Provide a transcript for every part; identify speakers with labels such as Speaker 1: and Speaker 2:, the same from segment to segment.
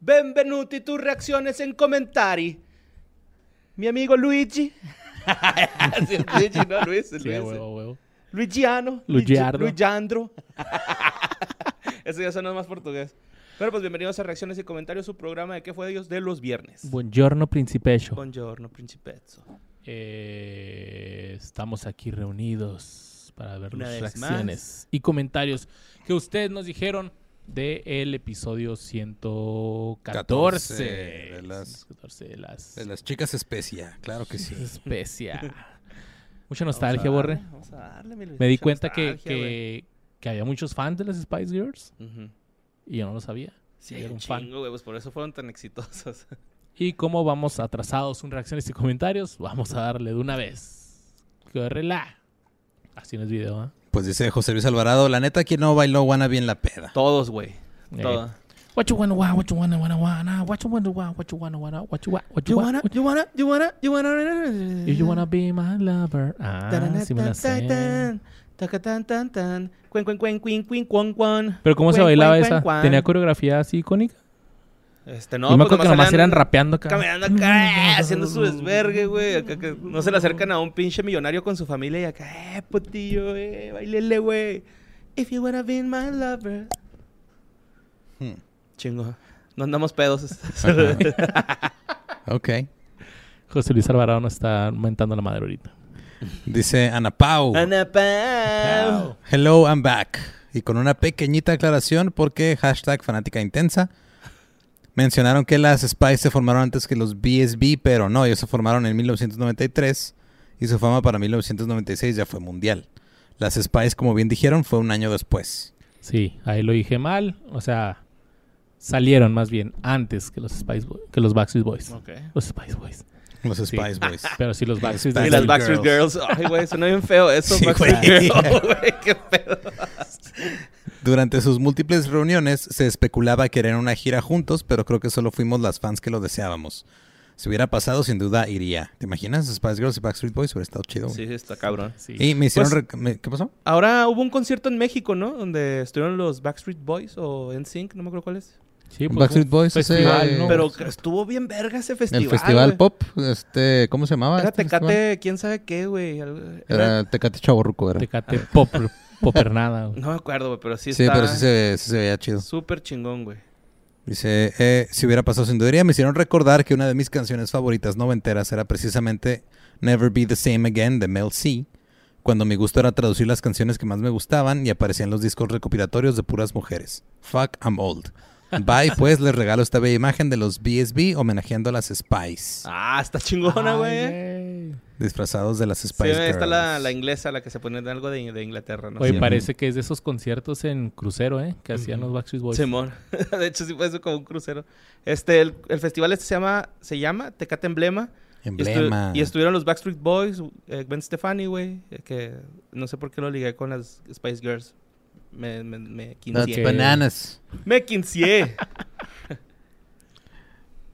Speaker 1: Benvenuti tus reacciones en comentari. Mi amigo Luigi. Sí, es Luigi, no, Luis, es Luis. Luigiano. Luigi-
Speaker 2: Lugiardo.
Speaker 1: Lugiandro. Eso ya suena más portugués. Pero pues bienvenidos a Reacciones y Comentarios, su programa de ¿Qué fue de ellos? De los viernes.
Speaker 2: Buongiorno, Principecho.
Speaker 1: Buongiorno, principezzo.
Speaker 2: Eh, estamos aquí reunidos para ver
Speaker 1: Una
Speaker 2: las
Speaker 1: vez
Speaker 2: reacciones y comentarios que ustedes nos dijeron del episodio 114.
Speaker 3: de las-
Speaker 2: 114 de las
Speaker 3: De las chicas especia, claro que sí.
Speaker 2: especia. Mucha
Speaker 1: Vamos a
Speaker 2: nostalgia,
Speaker 1: darle,
Speaker 2: Borre.
Speaker 1: Vamos a darle, mi Luis.
Speaker 2: Me di
Speaker 1: Mucha
Speaker 2: cuenta que,
Speaker 1: nostalgia, güey.
Speaker 2: que, que había muchos fans de las Spice Girls
Speaker 1: Ujú.
Speaker 2: y yo no lo sabía.
Speaker 1: Sí,
Speaker 2: Yo
Speaker 1: hay
Speaker 2: era
Speaker 1: un
Speaker 2: un fan.
Speaker 1: chingo, güey, pues por eso fueron tan exitosos.
Speaker 2: Y como vamos atrasados en reacciones y comentarios, vamos a darle de una vez. Correla. Así no es video, ¿ah?
Speaker 3: Pues dice José Luis Alvarado, la neta que no bailó Wanna bien la peda.
Speaker 1: Todos, güey.
Speaker 2: Eh.
Speaker 1: Todos.
Speaker 2: What you wanna want, what you wanna wanna wanna, what you wanna want, what you wanna wanna, what you wa- what you
Speaker 1: You
Speaker 2: wa-
Speaker 1: wanna,
Speaker 2: what-
Speaker 1: you wanna, you wanna, you wanna.
Speaker 2: if you wanna be my lover. Ah, sí me la sé.
Speaker 1: Tacatán, tan, tan. Cuen, cuen, cuen, cuin, cuin, cuan, cuan.
Speaker 2: Pero ¿cómo se
Speaker 1: Cuen,
Speaker 2: bailaba
Speaker 1: cuen,
Speaker 2: esa?
Speaker 1: cuen, cuan.
Speaker 2: ¿Tenía coreografía así icónica?
Speaker 1: Este,
Speaker 2: No,
Speaker 1: no,
Speaker 2: Yo me
Speaker 1: pues
Speaker 2: acuerdo que nomás
Speaker 1: salían
Speaker 2: eran rapeando acá.
Speaker 1: Caminando acá, eh, haciendo su desvergue, güey. Acá que no se le acercan a un pinche millonario con su familia y acá, eh, putillo, eh, bailele, güey. If you wanna be my lover.
Speaker 3: Hmm.
Speaker 1: Chingo. No andamos pedos.
Speaker 3: Ok.
Speaker 2: José Luis Alvarado nos está aumentando la madre ahorita.
Speaker 3: Dice Ana Pau.
Speaker 1: Ana Pau.
Speaker 3: Hello, I'm back. Y con una pequeñita aclaración porque hashtag fanática intensa. Mencionaron que las Spice se formaron antes que los BSB, pero no, ellos se formaron en 1993 y su fama para 1996 ya fue mundial. Las Spice, como bien dijeron, fue un año después.
Speaker 2: Sí, ahí lo dije mal. O sea, salieron más bien antes que los Spice Boy- que los Backstreet Boys.
Speaker 1: Ok.
Speaker 2: Los Spice Boys.
Speaker 3: Los
Speaker 2: Sí.
Speaker 3: Spice Boys.
Speaker 2: Pero sí los Backstreet
Speaker 3: Spice
Speaker 1: Y
Speaker 2: Boys.
Speaker 1: las
Speaker 3: Backstreet
Speaker 1: Backstreet Girls. Ay, güey, suena bien feo eso.
Speaker 3: Sí,
Speaker 1: Backstreet
Speaker 3: güey.
Speaker 1: Girls, güey. Qué pedo.
Speaker 3: Durante sus múltiples reuniones se especulaba que harían una gira juntos, pero creo que solo fuimos las fans que lo deseábamos. Si hubiera pasado, sin duda iría. ¿Te imaginas? Spice Girls y Backstreet Boys hubiera estado chido. güey.
Speaker 1: Sí, sí, está cabrón.
Speaker 2: Sí.
Speaker 3: Y me hicieron...
Speaker 1: Pues-
Speaker 3: rec- me- ¿Qué pasó?
Speaker 1: Ahora hubo un concierto en México, ¿no? Donde estuvieron los Backstreet Boys o NSYNC, no me acuerdo cuál es.
Speaker 2: Sí, pues,
Speaker 3: Backstreet
Speaker 2: fue un
Speaker 3: Boys, ese-
Speaker 2: festival, ¿no?
Speaker 1: Pero que estuvo bien verga ese festival.
Speaker 3: el festival
Speaker 1: güey.
Speaker 3: pop, este, ¿cómo se llamaba?
Speaker 1: Era
Speaker 3: este festival?
Speaker 1: Tecate, quién sabe qué, güey. algo- era-
Speaker 3: Era Tecate Chaborruco, era.
Speaker 2: Tecate pop, popernada. güey.
Speaker 1: No me acuerdo, güey, pero sí
Speaker 3: Sí,
Speaker 1: está
Speaker 3: pero sí se, sí se veía chido.
Speaker 1: súper chingón, güey.
Speaker 3: Dice, eh, si hubiera pasado sin duda, iría. me hicieron recordar que una de mis canciones favoritas noventeras era precisamente Never Be the Same Again de Mel C. Cuando mi gusto era traducir las canciones que más me gustaban y aparecían los discos recopilatorios de puras mujeres. Fuck, I'm old. Bye, pues les regalo esta bella imagen de los BSB homenajeando a las Spice.
Speaker 1: Ah, está chingona,
Speaker 2: Ay,
Speaker 1: güey.
Speaker 3: Disfrazados de las
Speaker 1: Sí,
Speaker 3: Spice.
Speaker 1: está la,
Speaker 3: Girls.
Speaker 1: la inglesa, la que se pone de algo de, de Inglaterra, ¿no?
Speaker 2: Oye,
Speaker 3: Sí.
Speaker 2: parece que es de esos conciertos en crucero, ¿eh? Que hacían los Backstreet Boys.
Speaker 1: Simón. de hecho, sí fue eso como un crucero. Este, el, el festival este se llama, se llama Tecate Emblema. Y estu-
Speaker 3: Emblema.
Speaker 1: Y, estuvieron los Backstreet Boys, eh, Ben Stefani, güey, eh, que no sé por qué lo ligué con las Spice Girls. Me, me, me
Speaker 3: That's
Speaker 1: quincié.
Speaker 2: Ok.
Speaker 3: bananas.
Speaker 1: Me quincié.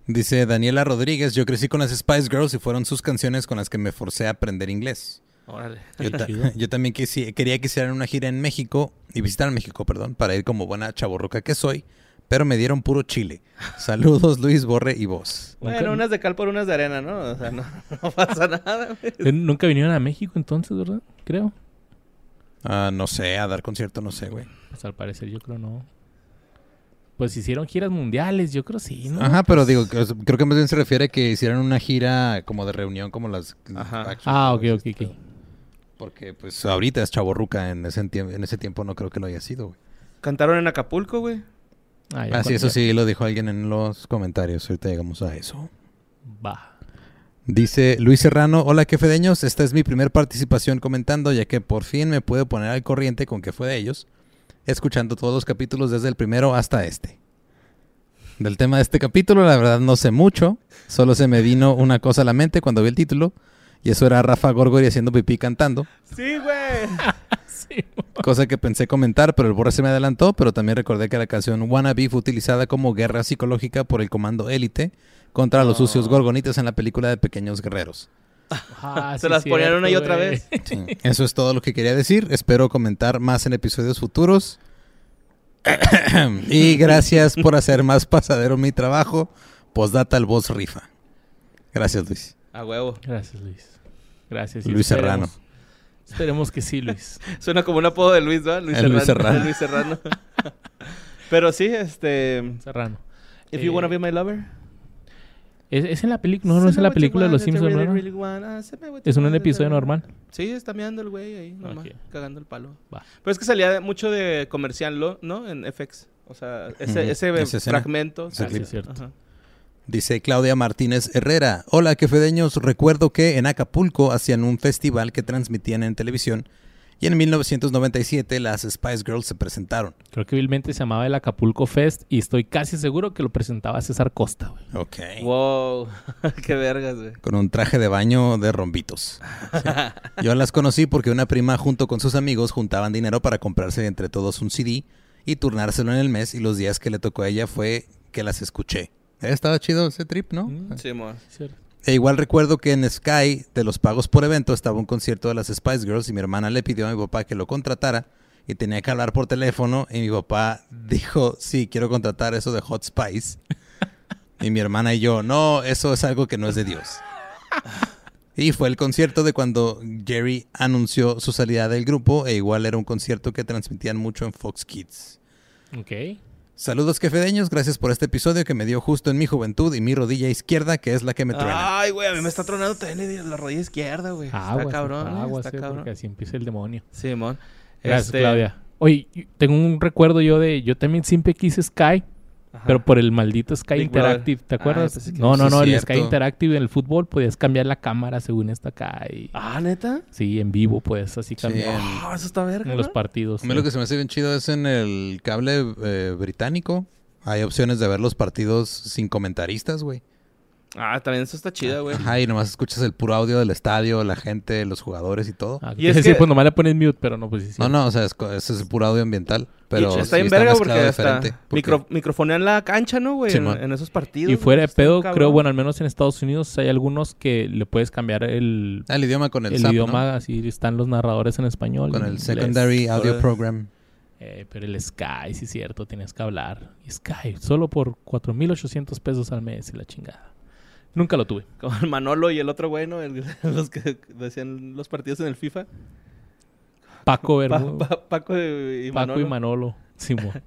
Speaker 3: Dice Daniela Rodríguez, yo crecí con las Spice Girls y fueron sus canciones con las que me forcé a aprender inglés.
Speaker 1: Órale.
Speaker 3: Yo, ta-
Speaker 2: Chido.
Speaker 3: yo también quisi- quería que hicieran una gira en México y visitaran México, perdón, para ir como buena chaborroca que soy, pero me dieron puro chile. Saludos Luis Borre y vos.
Speaker 2: Nunca-
Speaker 1: Bueno, unas de cal por unas de arena, ¿no? O sea, no, no pasa nada, güey.
Speaker 2: Eh, Nunca vinieron a México entonces, ¿verdad? Creo.
Speaker 3: Ah, no sé, a dar concierto, no sé, güey.
Speaker 2: Pues al parecer yo creo no. Pues hicieron giras mundiales, yo creo sí, ¿no? pues.
Speaker 3: Ajá, pero digo, que- creo que más bien se refiere a que hicieran una gira como de reunión, como las...
Speaker 1: Ajá.
Speaker 3: Backstreet
Speaker 2: Ah, ok,
Speaker 3: Boys,
Speaker 2: ok,
Speaker 3: este,
Speaker 2: ok.
Speaker 3: Porque pues ahorita es chaborruca, en ese, tiemp- en ese tiempo no creo que lo haya sido, güey.
Speaker 1: Cantaron en Acapulco, güey.
Speaker 2: Ah, ya
Speaker 3: Ah, sí, eso
Speaker 2: cualquiera.
Speaker 3: sí, lo dijo alguien en los comentarios, ahorita llegamos a eso.
Speaker 2: Va.
Speaker 3: Dice Luis Serrano, hola quefedeños, esta es mi primer participación comentando ya que por fin me puedo poner al corriente con qué fue de ellos, escuchando todos los capítulos desde el primero hasta este. Del tema de este capítulo, la verdad no sé mucho, solo se me vino una cosa a la mente cuando vi el título, y eso era Rafa Gorgori haciendo pipí cantando,
Speaker 1: Sí, güey.
Speaker 2: Sí,
Speaker 3: cosa que pensé comentar, pero el borre se me adelantó, pero también recordé que la canción Wannabe fue utilizada como guerra psicológica por el comando élite contra los sucios gorgonitas en la película de Pequeños Guerreros.
Speaker 2: Ah,
Speaker 1: Se
Speaker 2: sí,
Speaker 1: las ponían
Speaker 2: cierto,
Speaker 1: una y otra
Speaker 2: güey.
Speaker 1: vez.
Speaker 3: Sí, Eso es todo lo que quería decir. Espero comentar más en episodios futuros. y gracias por hacer más pasadero mi trabajo. Postdata el voz rifa. Gracias, Luis.
Speaker 1: A huevo.
Speaker 2: Gracias, Luis. Gracias. y
Speaker 3: Luis
Speaker 2: esperemos-
Speaker 3: Serrano.
Speaker 2: Esperemos que sí, Luis.
Speaker 1: Suena como un apodo de Luis, ¿verdad? Luis
Speaker 3: El Luis Serrano.
Speaker 1: El Luis Serrano. Pero sí,
Speaker 3: Eh.
Speaker 1: este.
Speaker 2: Serrano.
Speaker 1: If you
Speaker 2: Eh,
Speaker 1: wanna be my lover.
Speaker 2: ¿Es, es en la película? No, no es en la película de los Simpsons, ¿no?
Speaker 1: Ah,
Speaker 2: Es un episodio normal.
Speaker 1: Sí, está meando el güey ahí, nomás,
Speaker 2: Ok.
Speaker 1: cagando el palo.
Speaker 2: Va.
Speaker 1: Pero es que salía mucho de comercial, lo- ¿no? En FX. O sea, ese,
Speaker 3: Ujú,
Speaker 1: ese
Speaker 3: esa escena.
Speaker 1: fragmento.
Speaker 3: Ese
Speaker 1: sí.
Speaker 2: Ah, sí,
Speaker 3: clip.
Speaker 2: es cierto.
Speaker 1: Ajá.
Speaker 3: Dice Claudia Martínez Herrera. Hola, quefedeños. Recuerdo que en Acapulco hacían un festival que transmitían en televisión. Y en 1997 las Spice Girls se presentaron.
Speaker 2: Creo que vilmente se llamaba el Acapulco Fest y estoy casi seguro que lo presentaba César Costa, güey.
Speaker 3: Ok.
Speaker 1: Wow, qué vergas, güey.
Speaker 3: Con un traje de baño de rombitos. Yo las conocí porque una prima junto con sus amigos juntaban dinero para comprarse entre todos un CD y turnárselo en el mes y los días que le tocó a ella fue que las escuché. Eh, Estaba chido ese trip, ¿no?
Speaker 2: Mm.
Speaker 1: Sí, mo.
Speaker 2: Cierto.
Speaker 3: E igual recuerdo que en Sky, de los pagos por evento, estaba un concierto de las Spice Girls y mi hermana le pidió a mi papá que lo contratara y tenía que hablar por teléfono y mi papá dijo, sí, quiero contratar eso de Hot Spice. Y mi hermana y yo, no, eso es algo que no es de Dios. Y fue el concierto de cuando Jerry anunció su salida del grupo e igual era un concierto que transmitían mucho en Fox Kids.
Speaker 2: Ok.
Speaker 3: Saludos quefedeños, gracias por este episodio que me dio justo en mi juventud y mi rodilla izquierda que es la que me truena.
Speaker 1: Ay, güey, a mí me está tronando también la- la rodilla izquierda, güey. está
Speaker 2: Aguas,
Speaker 1: cabrón, güey,
Speaker 2: aguas,
Speaker 1: está
Speaker 2: eh,
Speaker 1: cabrón.
Speaker 2: Porque así empieza el demonio.
Speaker 1: Simón.
Speaker 2: Gracias,
Speaker 1: Este,
Speaker 2: Claudia. Oye, y- tengo un recuerdo yo de. Yo también siempre quise Sky,
Speaker 1: ajá.
Speaker 2: pero pues, por el maldito Sky
Speaker 1: Big
Speaker 2: Interactive,
Speaker 1: Brother.
Speaker 2: ¿te
Speaker 1: Ah,
Speaker 2: acuerdas?
Speaker 1: pensé que-
Speaker 2: no, no,
Speaker 3: Sí,
Speaker 2: no, el
Speaker 3: cierto.
Speaker 2: Sky Interactive en el fútbol podías cambiar la cámara según esta acá. Y,
Speaker 1: Ah, ¿neta?
Speaker 2: Sí, en vivo puedes así cambiar
Speaker 3: en-
Speaker 1: Ah, eso está verga,
Speaker 2: en los
Speaker 1: ¿no?
Speaker 2: partidos.
Speaker 3: A mí lo
Speaker 2: sí.
Speaker 3: que se me hace bien chido es en el cable eh, británico. Hay opciones de ver los partidos sin comentaristas, güey.
Speaker 1: Ah, también eso está chida, güey.
Speaker 3: Ajá, y nomás escuchas el puro audio del estadio, la gente, los jugadores y todo.
Speaker 2: Ah,
Speaker 1: Y
Speaker 2: te iba a
Speaker 1: es
Speaker 2: decir,
Speaker 1: que-
Speaker 2: pues nomás le pones mute, pero no, pues sí. sí.
Speaker 3: Ah, No, no, o sea, es, co- ese es el puro audio ambiental. Pero
Speaker 1: Y
Speaker 3: sí
Speaker 1: está bien verga
Speaker 3: mezclado
Speaker 1: porque hasta
Speaker 3: diferente, porque-
Speaker 1: micro, microfonean la cancha, ¿no, güey? en,
Speaker 3: Simón.
Speaker 1: en esos partidos.
Speaker 2: Y fuera de
Speaker 1: Está
Speaker 2: pedo,
Speaker 1: cabrón.
Speaker 2: creo, bueno, al menos en Estados Unidos hay algunos que le puedes cambiar el,
Speaker 3: Ah, el idioma con el,
Speaker 2: el
Speaker 3: SAP, ¿no?
Speaker 2: idioma, así están los narradores en español.
Speaker 3: Con
Speaker 2: en
Speaker 3: el
Speaker 2: inglés.
Speaker 3: Secondary Audio
Speaker 1: Joder.
Speaker 3: Program.
Speaker 2: Eh, pero el Sky, sí es cierto, tienes que hablar. Sky, solo por 4.800 pesos al mes y la chingada. Nunca lo tuve.
Speaker 1: Como el Manolo y el otro güey, ¿no? El- los que decían los partidos en el FIFA.
Speaker 2: Paco
Speaker 1: Pa-
Speaker 2: Bermú-
Speaker 1: pa- Paco y, y
Speaker 2: Paco
Speaker 1: Manolo.
Speaker 2: y Manolo. Simón.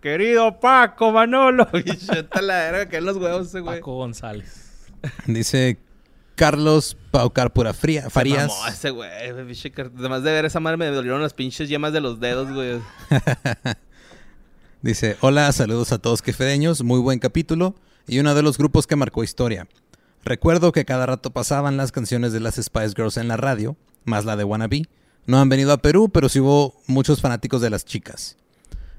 Speaker 1: Querido Paco, Manolo. Y está la verga que en los huevos ese güey.
Speaker 2: Paco González.
Speaker 3: Dice Carlos Paucarpura Fría,
Speaker 1: Se
Speaker 3: Farías.
Speaker 1: mamó ese güey, güey, pinche car- Además de ver esa madre, me dolieron las pinches yemas de los dedos, güey.
Speaker 3: Dice, hola, saludos a todos quefedeños, muy buen capítulo y uno de los grupos que marcó historia. Recuerdo que cada rato pasaban las canciones de las Spice Girls en la radio, más la de Wannabe. No han venido a Perú, pero sí hubo muchos fanáticos de las chicas.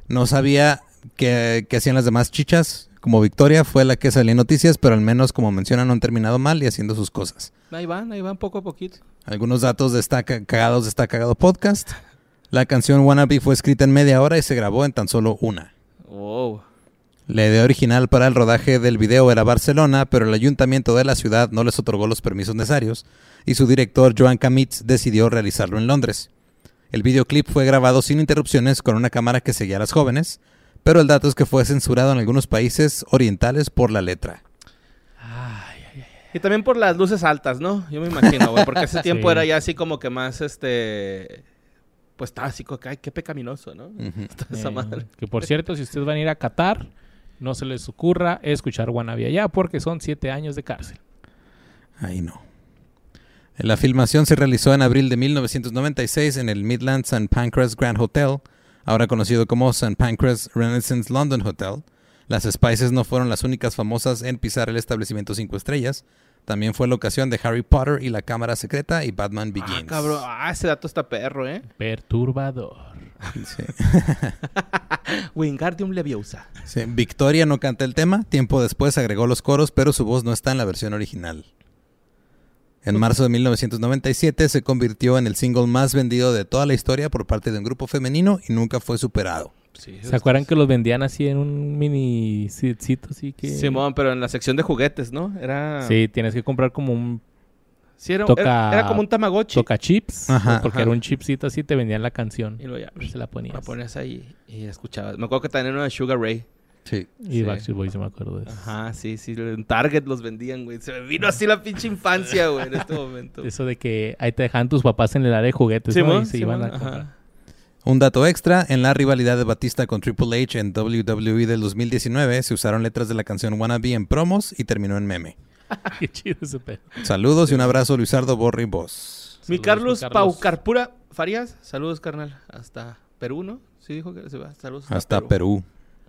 Speaker 3: No sabía qué qué hacían las demás chichas, como Victoria fue la que salió en noticias, pero al menos como mencionan no han terminado mal y haciendo sus cosas.
Speaker 1: Ahí van, ahí van poco a poquito.
Speaker 3: Algunos datos de Está Ca- Cagados de Está Cagado Podcast. La canción Wannabe fue escrita en media hora y se grabó en tan solo una.
Speaker 1: Wow.
Speaker 3: La idea original para el rodaje del video era Barcelona, pero el ayuntamiento de la ciudad no les otorgó los permisos necesarios y su director Joan Camitz decidió realizarlo en Londres. El videoclip fue grabado sin interrupciones con una cámara que seguía a las jóvenes, pero el dato es que fue censurado en algunos países orientales por la letra.
Speaker 1: Y también por las luces altas, ¿no? Yo me imagino, güey, porque ese tiempo
Speaker 2: Sí.
Speaker 1: era ya así como que más, este, pues tásico, acá, ay, qué pecaminoso, ¿no?
Speaker 3: Ujú.
Speaker 1: Toda esa
Speaker 2: Eh,
Speaker 1: madre.
Speaker 2: Que por cierto, si ustedes van a ir a Qatar, no se les ocurra escuchar Wannabe allá porque son siete años de cárcel.
Speaker 3: Ahí no. La filmación se realizó en abril de 1996 en el Midland St. Pancras Grand Hotel, ahora conocido como St. Pancras Renaissance London Hotel. Las Spices no fueron las únicas famosas en pisar el establecimiento cinco estrellas. También fue la ocasión de Harry Potter y la Cámara Secreta y Batman Begins.
Speaker 1: Ah, cabrón. Ah, ese dato está perro, ¿eh?
Speaker 2: Perturbador.
Speaker 3: Sí.
Speaker 1: Wingardium Leviosa.
Speaker 3: Sí, Victoria no canta el tema, tiempo después agregó los coros, pero su voz no está en la versión original. En marzo de 1997 se convirtió en el single más vendido de toda la historia por parte de un grupo femenino y nunca fue superado.
Speaker 1: Sí,
Speaker 2: ¿Se acuerdan que los vendían así en un mini sitcito así que...
Speaker 1: Simón, pero en la sección de juguetes, ¿no? Era...
Speaker 2: Sí, tienes que comprar como un
Speaker 1: Sí, era,
Speaker 2: Toca-
Speaker 1: era- era como un Tamagotchi.
Speaker 2: toca chips,
Speaker 3: Ajá,
Speaker 2: porque
Speaker 1: ajá.
Speaker 2: era un chipcito así, te vendían la canción.
Speaker 1: Y lo ya.
Speaker 2: Se la ponías.
Speaker 1: La ponías ahí y la escuchabas. Me acuerdo que también era una de Sugar Ray.
Speaker 3: Sí.
Speaker 2: Y
Speaker 1: sí.
Speaker 2: Backstreet Boys, yo me acuerdo de eso.
Speaker 1: Ajá, sí, sí. En Target los vendían, güey. Se me vino así la pinche infancia, güey, en este momento.
Speaker 2: Eso de que ahí te dejaban tus papás en el área de juguetes, ¿no?
Speaker 1: Simón,
Speaker 2: Y se
Speaker 1: Simón,
Speaker 2: iban a
Speaker 1: ajá.
Speaker 2: comprar.
Speaker 3: Un dato extra, en la rivalidad de Batista con Triple H en WWE del 2019 se usaron letras de la canción Wannabe en promos y terminó en meme.
Speaker 2: Qué chido ese pedo.
Speaker 3: Saludos y un abrazo Luisardo Borri Vos.
Speaker 1: Mi
Speaker 2: Saludos,
Speaker 1: Carlos,
Speaker 2: mi Carlos.
Speaker 1: Paucarpura Farías, saludos, carnal. Hasta Perú, ¿no? Sí, dijo que se va. Saludos.
Speaker 3: Hasta Perú.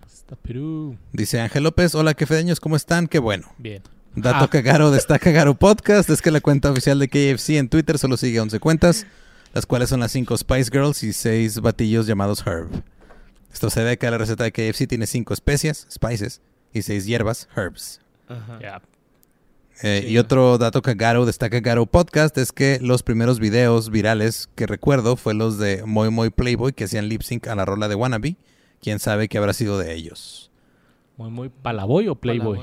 Speaker 2: Hasta Perú.
Speaker 3: Dice Ángel López, hola quefedeños, ¿cómo están? Qué bueno.
Speaker 2: Bien.
Speaker 3: Dato
Speaker 2: Ah.
Speaker 3: cagaro de Está Cagaro Podcast es que la cuenta oficial de KFC en Twitter solo sigue 11 cuentas, las cuales son las 5 Spice Girls y 6 batillos llamados Herb. Esto se debe a que la receta de KFC tiene 5 especias, spices, y 6 hierbas, herbs.
Speaker 1: Ajá.
Speaker 2: Ya.
Speaker 3: Eh,
Speaker 1: Sí,
Speaker 3: y
Speaker 1: ya.
Speaker 3: otro dato cagaro de Está Cagaro Podcast es que los primeros videos virales que recuerdo fue los de Moy Moy Playboy que hacían lip sync a la rola de Wannabe. Quién sabe qué habrá sido de ellos.
Speaker 2: Muy, muy. ¿Palaboy o Playboy?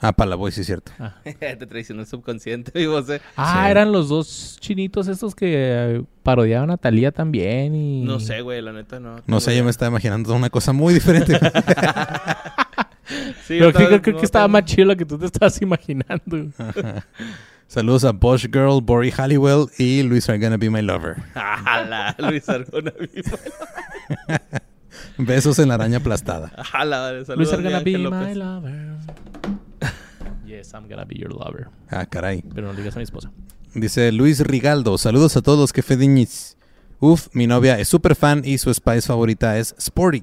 Speaker 3: Ah, Palaboy, sí, cierto.
Speaker 2: Ah,
Speaker 1: Te traicionó el subconsciente, digo, sé.
Speaker 2: Ah,
Speaker 3: Sí.
Speaker 2: eran los dos chinitos estos que eh, parodiaban a Talía también. Y...
Speaker 1: No sé, güey, la neta no.
Speaker 3: No sé, yo me
Speaker 1: me
Speaker 3: estaba imaginando una cosa muy diferente.
Speaker 1: Sí, yo
Speaker 2: Pero creo,
Speaker 1: estaba-
Speaker 2: creo- creo
Speaker 1: no,
Speaker 2: que estaba
Speaker 1: no.
Speaker 2: más chido lo que tú te estabas imaginando.
Speaker 3: Saludos a Bosch Girl, Bori Halliwell y Luis Are Gonna Be My Lover.
Speaker 1: Ala, Luis Argona viva.
Speaker 3: Besos en la araña aplastada.
Speaker 1: Ala, vale, saludos.
Speaker 2: Luis, I'm
Speaker 1: mi
Speaker 2: gonna be
Speaker 1: Ángel
Speaker 2: my
Speaker 1: López.
Speaker 2: lover. Yes, I'm gonna be your lover.
Speaker 3: Ah, caray.
Speaker 2: Pero no le digas a mi esposa.
Speaker 3: Dice Luis Rigaldo. Saludos a todos los quefediñis. Uf, mi novia es super fan y su Spice favorita es Sporty.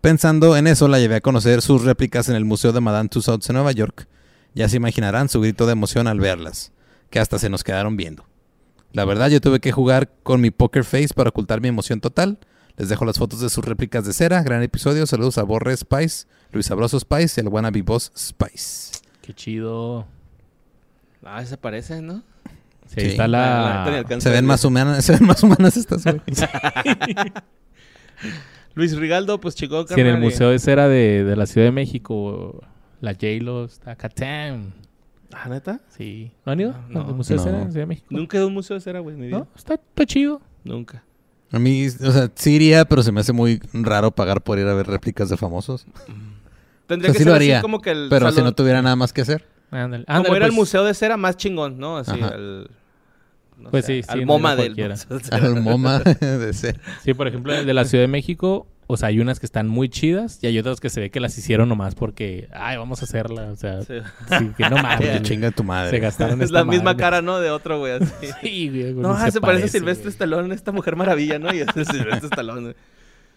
Speaker 3: Pensando en eso, la llevé a conocer sus réplicas en el Museo de Madame Tussauds en Nueva York. Ya se imaginarán su grito de emoción al verlas, que hasta se nos quedaron viendo. La verdad, yo tuve que jugar con mi poker face para ocultar mi emoción total. Les dejo las fotos de sus réplicas de cera. Gran episodio. Saludos a Borre Spice, Luis Sabroso Spice y el Wannabe Boss Spice.
Speaker 2: Qué chido.
Speaker 1: Ah, desaparecen, ¿no?
Speaker 2: Sí,
Speaker 3: Sí.
Speaker 2: está
Speaker 1: neta ni
Speaker 2: la...
Speaker 1: alcanzo
Speaker 3: Se
Speaker 1: a
Speaker 3: ven
Speaker 1: ver.
Speaker 3: más humanas, se ven más humanas estas, güey.
Speaker 1: Luis Rigaldo, pues chico,
Speaker 2: Si en el
Speaker 1: carnal, y-
Speaker 2: Museo de Cera de, de la Ciudad de México, la J-Lo está Catam.
Speaker 1: Ah, neta.
Speaker 2: Sí. ¿No han ido?
Speaker 1: No,
Speaker 2: No,
Speaker 1: no.
Speaker 2: ¿Al Museo de
Speaker 3: No.
Speaker 2: Cera de la Ciudad de México?
Speaker 1: Nunca he ido a un museo de cera, güey, en mi vida.
Speaker 2: ¿No? Está, está chido.
Speaker 1: Nunca.
Speaker 3: A mí, o sea, sí iría, pero se me hace muy raro pagar por ir a ver réplicas de famosos.
Speaker 1: Tendría que
Speaker 3: O sea, Pues sí
Speaker 1: ser
Speaker 3: lo
Speaker 1: así
Speaker 3: haría,
Speaker 1: como que el.
Speaker 3: Pero si
Speaker 1: salón-
Speaker 3: no tuviera nada más que hacer.
Speaker 2: Ándale.
Speaker 1: Como
Speaker 2: ándale,
Speaker 1: era el
Speaker 2: pues.
Speaker 1: museo de cera más chingón, ¿no? Así,
Speaker 3: Ajá.
Speaker 1: al. no
Speaker 2: Pues
Speaker 1: sé,
Speaker 2: sí, sí,
Speaker 1: Al
Speaker 2: no
Speaker 1: MoMA
Speaker 2: era
Speaker 1: del.
Speaker 2: cualquiera.
Speaker 1: museo de cera.
Speaker 3: Al MoMA de ser.
Speaker 2: Sí, por ejemplo, el de la Ciudad de México, o sea, hay unas que están muy chidas y hay otras que se ve que las hicieron nomás porque, ay, vamos a hacerla. O sea,
Speaker 1: Sí.
Speaker 2: sí, que no mames.
Speaker 3: Porque
Speaker 2: güey.
Speaker 3: chinga tu
Speaker 2: Se
Speaker 3: madre.
Speaker 2: gastaron
Speaker 1: Es
Speaker 2: esta
Speaker 1: la misma
Speaker 2: madre.
Speaker 1: cara, ¿no? De otro, güey, así.
Speaker 2: Sí, güey.
Speaker 1: No,
Speaker 2: ni
Speaker 1: ah, se, parece, a
Speaker 2: güey.
Speaker 1: Silvestre Stallone, esta mujer maravilla, ¿no? Y es el Silvestre Stallone. güey.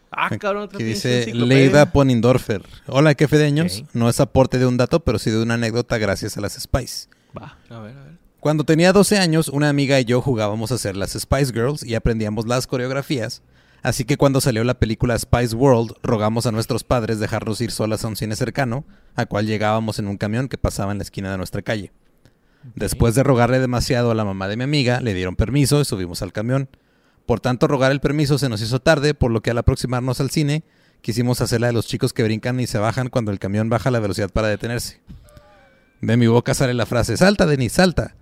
Speaker 1: Ah, cabrón, otra
Speaker 3: Que
Speaker 1: pinche
Speaker 3: dice
Speaker 1: enciclopedia.
Speaker 3: Leida Ponindorfer. Hola, qué fedeños.
Speaker 2: Ok.
Speaker 3: No es aporte de un dato, pero sí de una anécdota gracias a las Spice.
Speaker 2: Va.
Speaker 1: A ver, a ver.
Speaker 3: Cuando tenía 12 años, una amiga y yo jugábamos a ser las Spice Girls y aprendíamos las coreografías. Así que cuando salió la película Spice World, rogamos a nuestros padres dejarnos ir solas a un cine cercano, a cual llegábamos en un camión que pasaba en la esquina de nuestra calle. Después de rogarle demasiado a la mamá de mi amiga, le dieron permiso y subimos al camión. Por tanto, rogar el permiso se nos hizo tarde, por lo que al aproximarnos al cine, quisimos hacer la de los chicos que brincan y se bajan cuando el camión baja la velocidad para detenerse. De mi boca sale la frase, salta, Denis, salta.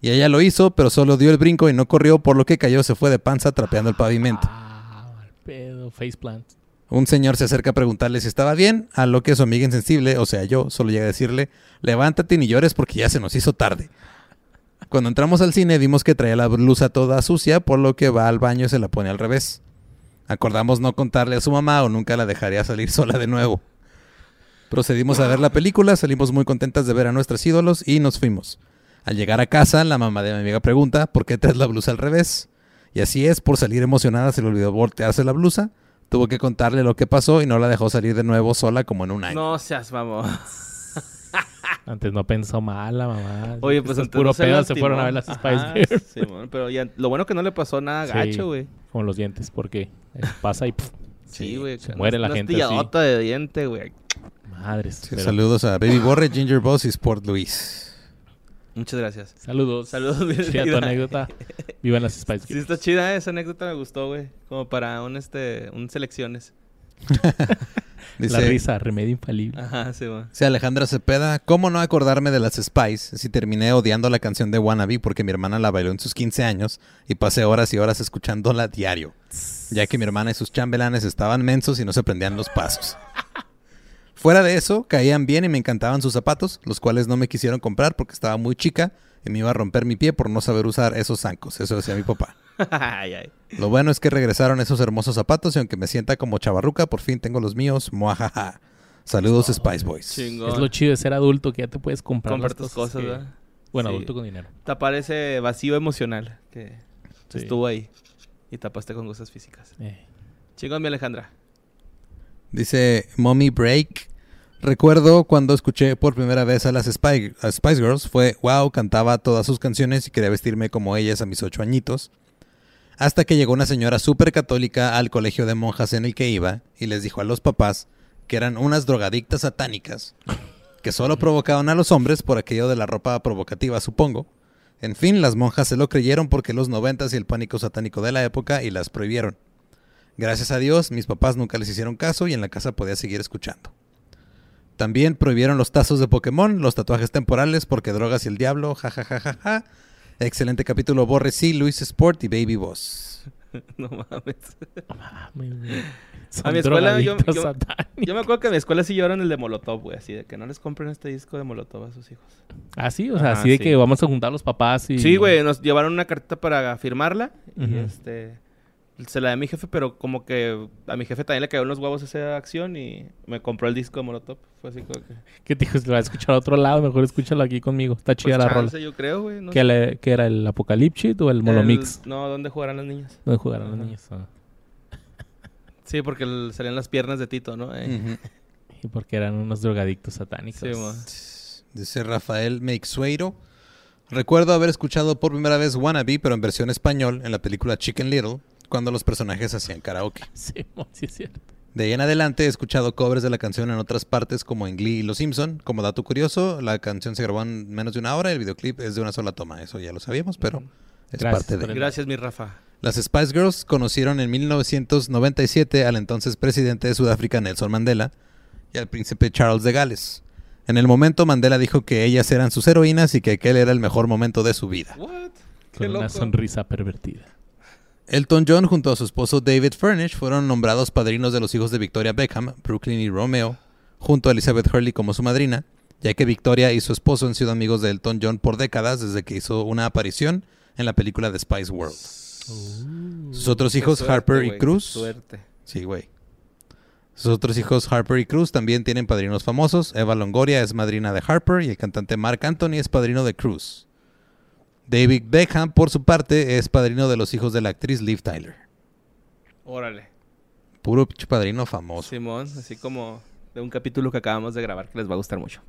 Speaker 3: Y ella lo hizo, pero solo dio el brinco y no corrió, por lo que cayó, se fue de panza trapeando el pavimento.
Speaker 2: Ah, al pedo, faceplant.
Speaker 3: Un señor se acerca a preguntarle si estaba bien, a lo que su amiga insensible, o sea yo, solo llega a decirle, levántate y ni llores porque ya se nos hizo tarde. Cuando entramos al cine vimos que traía la blusa toda sucia, por lo que va al baño y se la pone al revés. Acordamos no contarle a su mamá o nunca la dejaría salir sola de nuevo. Procedimos a ver la película, salimos muy contentas de ver a nuestros ídolos y nos fuimos. Al llegar a casa, la mamá de mi amiga pregunta, ¿por qué traes la blusa al revés? Y así es, por salir emocionada se le olvidó voltearse la blusa, tuvo que contarle lo que pasó y no la dejó salir de nuevo sola como en un año.
Speaker 1: No seas mamón.
Speaker 2: Antes no pensó mal la mamá.
Speaker 1: Oye, pues
Speaker 2: Estos
Speaker 1: entonces
Speaker 2: puro
Speaker 1: no se
Speaker 2: pedo se
Speaker 1: lastimó.
Speaker 2: fueron a ver las Spice
Speaker 1: Ajá,
Speaker 2: Girls.
Speaker 1: Sí, bueno, pero ya- lo bueno que no le pasó nada
Speaker 2: Sí.
Speaker 1: gacho, güey.
Speaker 2: Con los dientes, porque eh, pasa y pff,
Speaker 1: Sí, güey.
Speaker 2: se muere la
Speaker 1: una
Speaker 2: gente
Speaker 1: estilladota de diente, güey.
Speaker 2: madres.
Speaker 3: Sí,
Speaker 2: pero-
Speaker 3: Saludos a Baby Borre, Ginger Boss y Sport Luis.
Speaker 1: Muchas gracias.
Speaker 2: Saludos.
Speaker 1: Saludos, mi
Speaker 2: Chida tu
Speaker 1: vida.
Speaker 2: anécdota. Vivan las Spice
Speaker 1: Sí,
Speaker 2: Girls.
Speaker 1: está chida esa anécdota, me gustó, güey. Como para un, este, un selecciones.
Speaker 3: Dice,
Speaker 2: La risa, remedio infalible.
Speaker 1: Ajá, sí, güey.
Speaker 3: dice Alejandra Cepeda, ¿cómo no acordarme de las Spice si terminé odiando la canción de Wannabe porque mi hermana la bailó en sus 15 años y pasé horas y horas escuchándola diario? Ya que mi hermana y sus chambelanes estaban mensos y no se aprendían los pasos. Fuera de eso, caían bien y me encantaban sus zapatos, los cuales no me quisieron comprar porque estaba muy chica y me iba a romper mi pie por no saber usar esos zancos. Eso decía mi papá.
Speaker 1: ay, ay.
Speaker 3: Lo bueno es que regresaron esos hermosos zapatos y aunque me sienta como chavarruca, por fin tengo los míos. Muajaja. Saludos Spice Boys.
Speaker 1: Chingón.
Speaker 2: Es lo chido de ser adulto que ya te puedes comprar
Speaker 1: Comprar
Speaker 2: las
Speaker 1: tus
Speaker 2: cosas
Speaker 1: cosas,
Speaker 2: que-
Speaker 1: ¿verdad?
Speaker 2: Bueno,
Speaker 1: Sí.
Speaker 2: adulto con dinero.
Speaker 1: Tapar ese vacío emocional que
Speaker 2: Sí.
Speaker 1: estuvo ahí. Y tapaste con cosas físicas.
Speaker 2: Eh,
Speaker 1: Chingón, mi Alejandra.
Speaker 3: Dice Mommy Break. Recuerdo cuando escuché por primera vez a las Spy- a Spice Girls fue wow, cantaba todas sus canciones y quería vestirme como ellas a mis ocho añitos. Hasta que llegó una señora súper católica al colegio de monjas en el que iba y les dijo a los papás que eran unas drogadictas satánicas que solo provocaban a los hombres por aquello de la ropa provocativa, supongo. En fin, las monjas se lo creyeron porque los noventas y el pánico satánico de la época y las prohibieron. Gracias a Dios, mis papás nunca les hicieron caso y en la casa podía seguir escuchando. También prohibieron los tazos de Pokémon, los tatuajes temporales, porque drogas y el diablo, jajajajaja. Excelente capítulo, Borre sí, Luis Sport y Baby Boss.
Speaker 1: no mames.
Speaker 2: mames, güey. ah, Son
Speaker 1: A mi escuela yo-
Speaker 2: drogadictos
Speaker 1: yo-
Speaker 2: satánicos.
Speaker 1: Yo me acuerdo que en mi escuela sí lloran el de Molotov, güey. Así de que no les compren este disco de Molotov a sus hijos.
Speaker 2: Ah, sí, o sea,
Speaker 1: Ajá,
Speaker 2: así de
Speaker 1: sí.
Speaker 2: que vamos a juntar los papás y...
Speaker 1: Sí, güey, nos llevaron una cartita para firmarla y
Speaker 2: Ujú.
Speaker 1: este se la di a mi jefe, pero como que a mi jefe también le cayó en los huevos esa acción y me compró el disco de Molotov. Fue así como que
Speaker 2: Que te dijo, si lo vas a escuchar a otro lado, mejor escúchalo aquí conmigo. Está chida
Speaker 1: pues,
Speaker 2: la rola.
Speaker 1: chance, yo creo, güey, no
Speaker 2: ¿Qué,
Speaker 1: sé.
Speaker 2: le- qué era, el Apocalipsis o el Monomix?
Speaker 1: El- No, ¿dónde jugarán las niñas?
Speaker 2: ¿Dónde jugaron los
Speaker 1: Ajá.
Speaker 2: niños? Ah.
Speaker 1: Sí, porque el- salían las piernas de Tito, ¿no? Eh,
Speaker 3: Ujú.
Speaker 2: Y porque eran unos drogadictos satánicos.
Speaker 1: sí, mo.
Speaker 3: Dice Rafael Meixueiro. Recuerdo haber escuchado por primera vez Wannabe, pero en versión español, en la película Chicken Little, cuando los personajes hacían karaoke.
Speaker 2: sí, mo, sí es cierto.
Speaker 3: De ahí en adelante he escuchado covers de la canción en otras partes como en Glee y Los Simpson. Como dato curioso, la canción se grabó en menos de una hora, el videoclip es de una sola toma, eso ya lo sabíamos, pero es
Speaker 2: Mm. Gracias
Speaker 3: parte
Speaker 2: por
Speaker 3: de.
Speaker 2: el-
Speaker 1: Gracias, mi Rafa.
Speaker 3: Las Spice Girls conocieron en 1997 al entonces presidente de Sudáfrica Nelson Mandela y al príncipe Charles de Gales. En el momento Mandela dijo que ellas eran sus heroínas y que aquel era el mejor momento de su vida.
Speaker 1: What? Qué
Speaker 2: Con una
Speaker 1: loco.
Speaker 2: sonrisa pervertida.
Speaker 3: Elton John junto a su esposo David Furnish fueron nombrados padrinos de los hijos de Victoria Beckham, Brooklyn y Romeo, junto a Elizabeth Hurley como su madrina, ya que Victoria y su esposo han sido amigos de Elton John por décadas desde que hizo una aparición en la película The Spice World. Sus otros
Speaker 1: Qué
Speaker 3: hijos
Speaker 1: suerte,
Speaker 3: Harper
Speaker 1: güey,
Speaker 3: y
Speaker 1: qué
Speaker 3: Cruz.
Speaker 1: Suerte.
Speaker 3: Sí, güey. Sus otros hijos Harper y Cruz también tienen padrinos famosos. Eva Longoria es madrina de Harper y el cantante Mark Anthony es padrino de Cruz. David Beckham, por su parte, es padrino de los hijos de la actriz Liv Tyler.
Speaker 1: Órale.
Speaker 3: Puro pinche padrino famoso.
Speaker 1: Simón, así como de un capítulo que acabamos de grabar que les va a gustar mucho.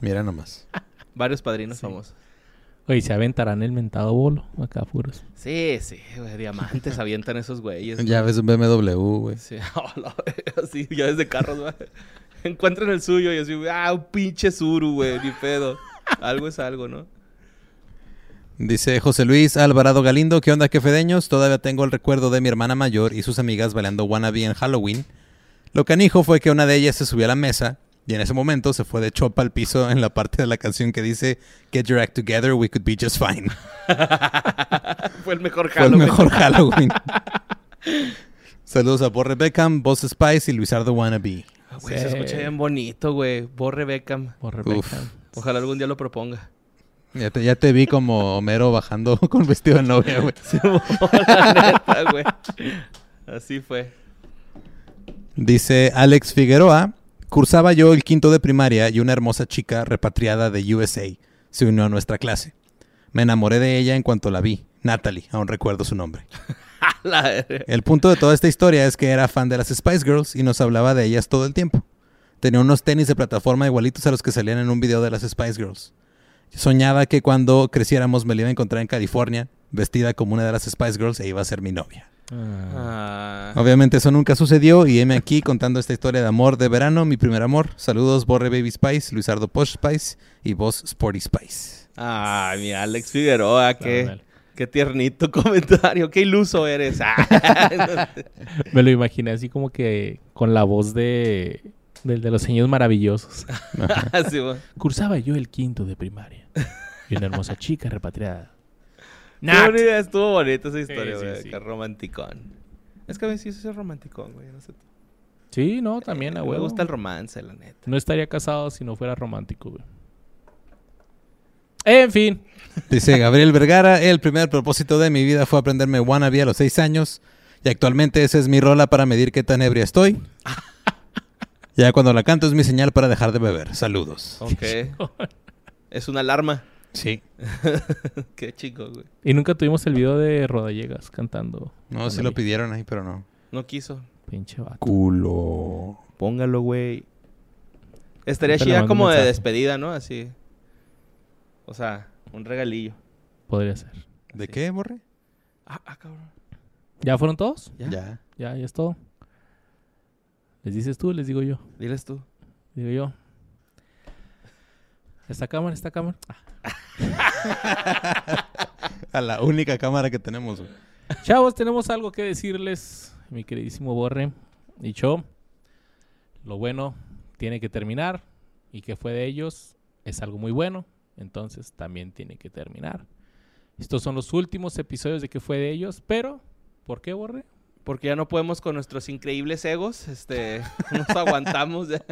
Speaker 3: Mira nomás.
Speaker 1: Varios padrinos famosos.
Speaker 2: Oye, se aventarán el mentado bolo acá, puros.
Speaker 1: Sí, sí, güey, diamantes avientan esos güeyes.
Speaker 3: Ya ves un BMW, güey.
Speaker 1: Sí, hola, así, ya desde carros, güey. Encuentran el suyo y así, ah, un pinche suru, güey, ni pedo. Algo es algo, ¿no?
Speaker 3: Dice José Luis Alvarado Galindo, ¿qué onda, quefedeños? Todavía tengo el recuerdo de mi hermana mayor y sus amigas bailando wannabe en Halloween. Lo canijo fue que una de ellas se subió a la mesa y en ese momento se fue de chopa al piso en la parte de la canción que dice Get your act together, we could be just fine.
Speaker 1: Fue el mejor
Speaker 3: Fue el
Speaker 1: Halloween.
Speaker 3: mejor Halloween. Saludos a Borre Beckham, Boss Spice y Luisardo Wannabe.
Speaker 1: Ah, Güey, se
Speaker 2: Sí.
Speaker 1: escucha bien bonito, güey. Borre Beckham.
Speaker 2: Por
Speaker 3: Uf.
Speaker 2: Rebecca.
Speaker 1: Ojalá algún día lo proponga.
Speaker 3: Ya te, ya te vi como Homero bajando con vestido de novia, güey.
Speaker 1: La neta, güey. Así fue.
Speaker 3: Dice Alex Figueroa, cursaba yo el quinto de primaria y una hermosa chica repatriada de USA se unió a nuestra clase. Me enamoré de ella en cuanto la vi. Natalie, aún recuerdo su nombre.
Speaker 1: A la verga.
Speaker 3: El punto de toda esta historia es que era fan de las Spice Girls y nos hablaba de ellas todo el tiempo. Tenía unos tenis de plataforma igualitos a los que salían en un video de las Spice Girls. Yo soñaba que cuando creciéramos me la iba a encontrar en California, vestida como una de las Spice Girls e iba a ser mi novia.
Speaker 1: Ah.
Speaker 3: Obviamente eso nunca sucedió y heme aquí contando esta historia de amor de verano, mi primer amor. Saludos Borre Baby Spice, Luisardo Posh Spice y vos Sporty Spice.
Speaker 1: Ay, mi Alex Figueroa, qué,
Speaker 2: Claro,
Speaker 1: qué tiernito comentario, qué iluso eres. Ah.
Speaker 2: Me lo imaginé así como que con la voz de, del de los años maravillosos.
Speaker 1: Sí, bueno.
Speaker 2: Cursaba yo el quinto de primaria. Y una hermosa chica repatriada.
Speaker 1: Estuvo
Speaker 2: Nat.
Speaker 1: bonita- Estuvo bonita esa historia,
Speaker 2: Sí, sí,
Speaker 1: güey.
Speaker 2: sí.
Speaker 1: Qué romanticón. Es que a veces es romanticón, güey. No sé tú.
Speaker 2: Sí, no, también, a
Speaker 1: Me
Speaker 2: huevo.
Speaker 1: gusta el romance, la neta.
Speaker 2: No estaría casado si no fuera romántico, güey. En fin.
Speaker 3: Dice Gabriel Vergara, el primer propósito de mi vida fue aprenderme Wannabe a los 6 años y actualmente esa es mi rola para medir qué tan ebria estoy. Ya cuando la canto es mi señal para dejar de beber. Saludos.
Speaker 1: Oh, Ok. es una alarma.
Speaker 3: Sí.
Speaker 1: Qué chico, güey.
Speaker 2: Y nunca tuvimos el video de Rodallegas cantando.
Speaker 3: No, sí
Speaker 2: Ándale,
Speaker 3: lo pidieron ahí, pero no.
Speaker 1: No quiso.
Speaker 2: Pinche vato.
Speaker 3: Culo.
Speaker 1: Póngalo, güey. Estaría
Speaker 2: Ahorita le
Speaker 1: chida
Speaker 2: mando un
Speaker 1: como de
Speaker 2: mensaje.
Speaker 1: despedida, ¿no? Así. O sea, un regalillo.
Speaker 2: Podría ser.
Speaker 3: ¿De
Speaker 1: Así.
Speaker 3: qué, Borre?
Speaker 1: Ah, ah, cabrón.
Speaker 2: ¿Ya fueron todos?
Speaker 1: Ya.
Speaker 2: Ya, ya es todo. ¿Les dices tú o les digo yo?
Speaker 1: Diles tú.
Speaker 2: Digo yo. ¿Esta cámara? ¿Esta cámara?
Speaker 3: A la única cámara que tenemos. güey.
Speaker 2: Chavos, tenemos algo que decirles, mi queridísimo Borre y yo. Lo bueno tiene que terminar y que fue de ellos es algo muy bueno, entonces también tiene que terminar. Estos son los últimos episodios de que fue de ellos, pero ¿por qué Borre?
Speaker 1: Porque ya no podemos con nuestros increíbles egos, este, nos aguantamos. ya.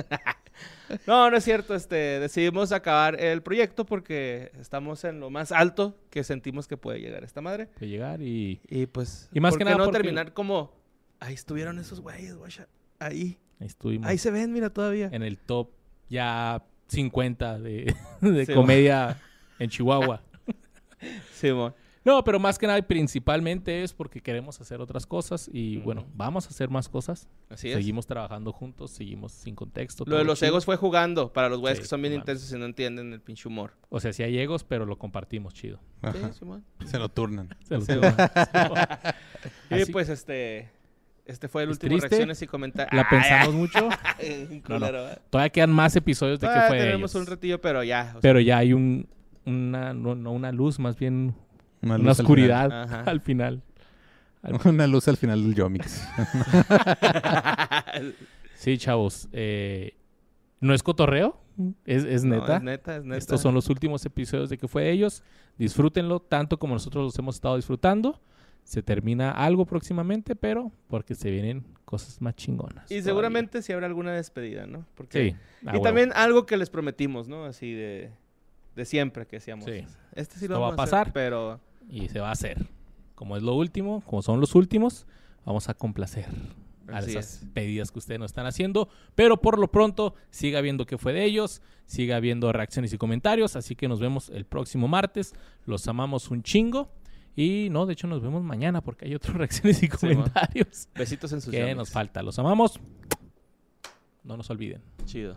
Speaker 1: no, no es cierto, este, decidimos acabar el proyecto porque estamos en lo más alto que sentimos que puede llegar esta madre.
Speaker 2: De llegar y
Speaker 1: Y pues,
Speaker 2: Y más
Speaker 1: ¿por
Speaker 2: que
Speaker 1: qué
Speaker 2: nada
Speaker 1: no
Speaker 2: porque-
Speaker 1: terminar como, ahí estuvieron esos güeyes, guacha, ahí,
Speaker 2: ahí estuvimos
Speaker 1: ahí se ven, mira, todavía.
Speaker 2: en el top ya 50 de, de
Speaker 1: Sí,
Speaker 2: comedia en Chihuahua.
Speaker 1: Simón.
Speaker 2: No, pero más que nada y principalmente es porque queremos hacer otras cosas y
Speaker 1: Ujú.
Speaker 2: bueno, vamos a hacer más cosas.
Speaker 1: Así es.
Speaker 2: Seguimos trabajando juntos, seguimos sin contexto.
Speaker 1: Lo de
Speaker 2: todo
Speaker 1: los
Speaker 2: chido.
Speaker 1: egos fue jugando para los güeyes
Speaker 2: Sí,
Speaker 1: que son bien
Speaker 2: no mames.
Speaker 1: intensos y no entienden el pinche humor.
Speaker 2: O sea, sí hay egos, pero lo compartimos chido.
Speaker 3: Ajá.
Speaker 1: Sí, Simón.
Speaker 3: Se lo turnan.
Speaker 2: Se los
Speaker 1: Sí,
Speaker 2: digo.
Speaker 1: Y
Speaker 2: Así-
Speaker 1: pues este, este fue el
Speaker 2: ¿Ah, ¿Es
Speaker 1: último
Speaker 2: triste?
Speaker 1: reacciones y comentarios.
Speaker 2: La pensamos mucho.
Speaker 1: Culero, ¿eh?
Speaker 2: Todavía quedan más episodios de que
Speaker 1: Ah,
Speaker 2: fue de
Speaker 1: tenemos
Speaker 2: ellos.
Speaker 1: un ratillo, pero ya. o
Speaker 2: Pero ya hay un, una, no, no una luz, más bien
Speaker 3: Una,
Speaker 2: una,
Speaker 3: luz al
Speaker 2: oscuridad
Speaker 1: Ajá.
Speaker 2: al final.
Speaker 3: final. Una luz al final del Yomix.
Speaker 2: Sí, chavos. eh, ¿No es cotorreo? ¿Es, es
Speaker 1: sea, no,
Speaker 2: neta?
Speaker 1: es neta, es neta.
Speaker 2: Estos son los últimos episodios de que fue de ellos. Disfrútenlo tanto como nosotros los hemos estado disfrutando. Se termina algo próximamente, pero porque se vienen cosas más chingonas.
Speaker 1: Y
Speaker 2: todavía.
Speaker 1: seguramente si habrá alguna despedida, ¿no? Porque...
Speaker 2: Sí. a
Speaker 1: y
Speaker 2: huevo.
Speaker 1: también algo que les prometimos, ¿no? Así de, de siempre que decíamos.
Speaker 2: Sí.
Speaker 1: Este sí lo
Speaker 2: Esto va
Speaker 1: vamos
Speaker 2: a
Speaker 1: a pasar.
Speaker 2: pasar. Ah,
Speaker 1: pero
Speaker 2: Y se va a hacer. Como es lo último, como son los últimos, vamos a complacer a
Speaker 1: Así
Speaker 2: esas
Speaker 1: es.
Speaker 2: pedidas que ustedes nos están haciendo. Pero por lo pronto, siga viendo qué fue de ellos, siga viendo reacciones y comentarios. Así que nos vemos el próximo martes. Los amamos un chingo. Y no, de hecho nos vemos mañana porque hay otras reacciones y comentarios.
Speaker 1: besitos en sus
Speaker 2: ¿Qué
Speaker 1: yomis.
Speaker 2: nos falta? Los amamos. No nos olviden.
Speaker 1: Chido.